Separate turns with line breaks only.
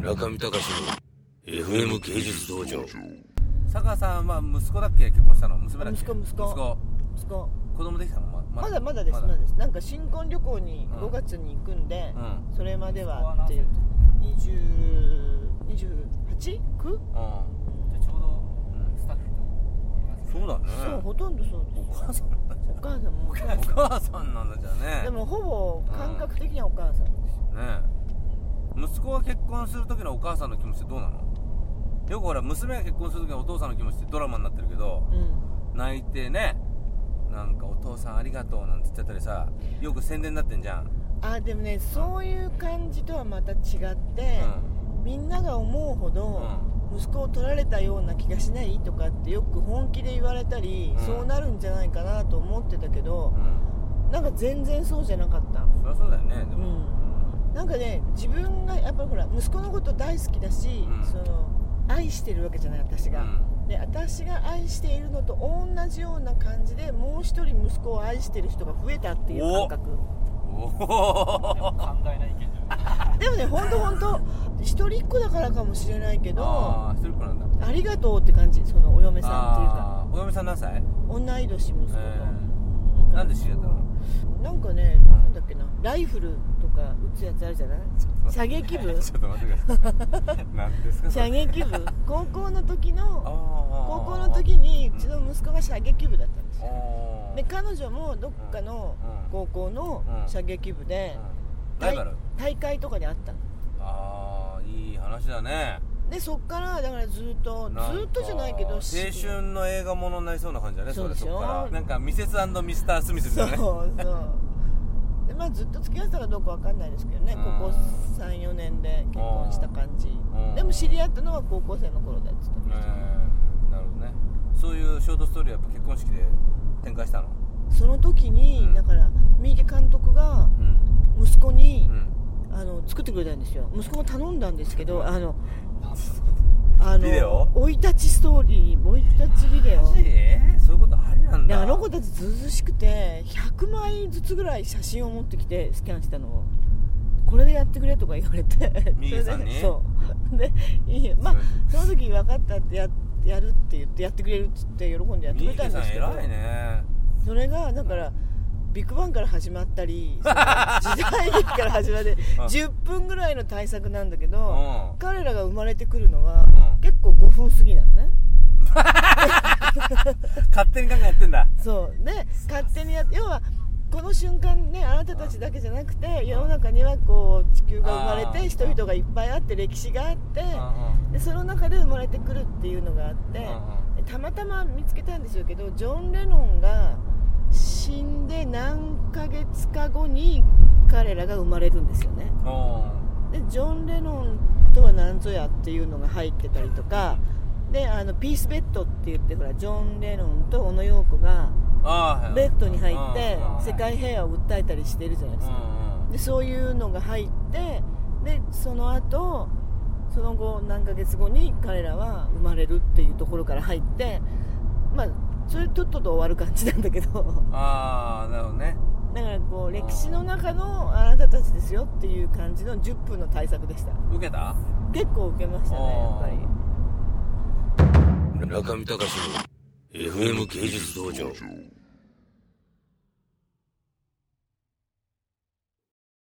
中見隆の FM 芸術道場
佐川さんは息子だっけ結婚したの娘だっけ
息子息子
息子
息子
子供できたのま
まだまだですまだですなんか新婚旅行に
うん
5月に行くんで、
うん
それまではっていう
息
2028
うん
じゃあちょうどスタッフと
そうだね
そうほとんどそうで
お母さん
すお母さんも
お母さんなんだじゃあね
でもほぼ感覚的にはお母さんです
ね息子が結婚する時のお母さんの気持ちってどうなのよくほら娘が結婚する時のお父さんの気持ちってドラマになってるけど
うん
泣いてねなんかお父さんありがとうなんて言っちゃったりさよく宣伝になってんじゃん、
あでもねそういう感じとはまた違って、
う
みんなが思うほど、息子を取られたような気がしないとかってよく本気で言われたり、
うん
そうなるんじゃないかなと思ってたけど
ん、うん
なんか全然そうじゃなかった
そりゃそうだよねでも、
うんなんかね自分がやっぱりほら息子のこと大好きだし、
うん
その愛してるわけじゃない私
う
が、
ん
で私が愛しているのと同じような感じでもう一人息子を愛してる人が増えたっていう感覚
でも考
おお
えない意見じゃない
でもねほんとほんと一人っ子だからかもしれないけど
あ
あ
あ一人っ子なんだ
りがとうって感じそのお嫁さ
あーお嫁さん何歳
んっていうか同い年息子と、
えなんで知り合ったの
なんかねなんだっけなライフルとか撃つやつあるじゃない射撃部
ちょっと待ってください何ですかそれ
射撃部高校の時
あー
の高校の時にうちの息子が射撃部だったんですよ
あー
で彼女もどっかの
うん
高校の射撃部で
うんライ
大
バル
大会とかにあったの
ああいい話だね
でそっからだからずっとず
なんか
っとじゃないけど
青春の映画ものになりそうな感じだねそ
そう
れ
でし
そ
ょ
っからなんかミセスミスター・スミスみ た
そ
い
う
なね
そうでまあずっと付き合ってたかどうかわかんないですけどね
うん
ここ34年で結婚した感じ
ん
でも知り合ったのは高校生の頃だっつって
えーなるほどねそういうショートストーリーはやっぱ結婚式で展開したの
その時に、
うん
だから三池監督が
うん
息子に
う、ん
あの作ってくれたんですよ息子も頼んだんですけどあのあ
ビデオ
の生い立ちストーリー生い立ちビデオ
マジそういうことありなん
で
だ
あの子たちずうずうしくて100枚ずつぐらい写真を持ってきてスキャンしたのをこれでやってくれとか言われて
ミーさんに
それでそうでいいよまあその時分かったってややるって言ってやってくれるっつって喜んでやってく
ミ
れた
ケ
ん
さ
で
ん
すけど
偉いね
それがだからビッグバンから始まっ たりその時代劇から始まって
うん
10分ぐらいの対策なんだけ
うん
ど彼らが生まれてくるのは
うん
結構5分過ぎなのね
勝手に考えてんだ
そうで勝手にやって要はこの瞬間ねあなたたちだけじゃなくて世の中にはこう地球が生まれ
あー
て人々がいっぱいあって歴史があって
うんうん
でその中で生まれてくるっていうのがあって
うん
たまたま見つけたんでしょうけどジョン・レノンが死んで何ヶ月か後に彼らが生まれるんですよね
うんお
でジョン・レノンとは何ぞやっていうのが入ってたりとかであのピースベッドって言ってほらジョン・レノンと小野洋子が
ーあー
ベッドに入って
うんうん
世界平和を訴えたりしてるじゃないですか
うん
でそういうのが入ってでその後その後何ヶ月後に彼らは生まれるっていうところから入ってまあそれとっとと終わる感じなんだけど
うんああなるほどね
だからこう歴史の中のあなたたちですよっていう感じの10分の対策でした
受けた
結構受けましたねやっぱり
中見隆の FM 芸術道場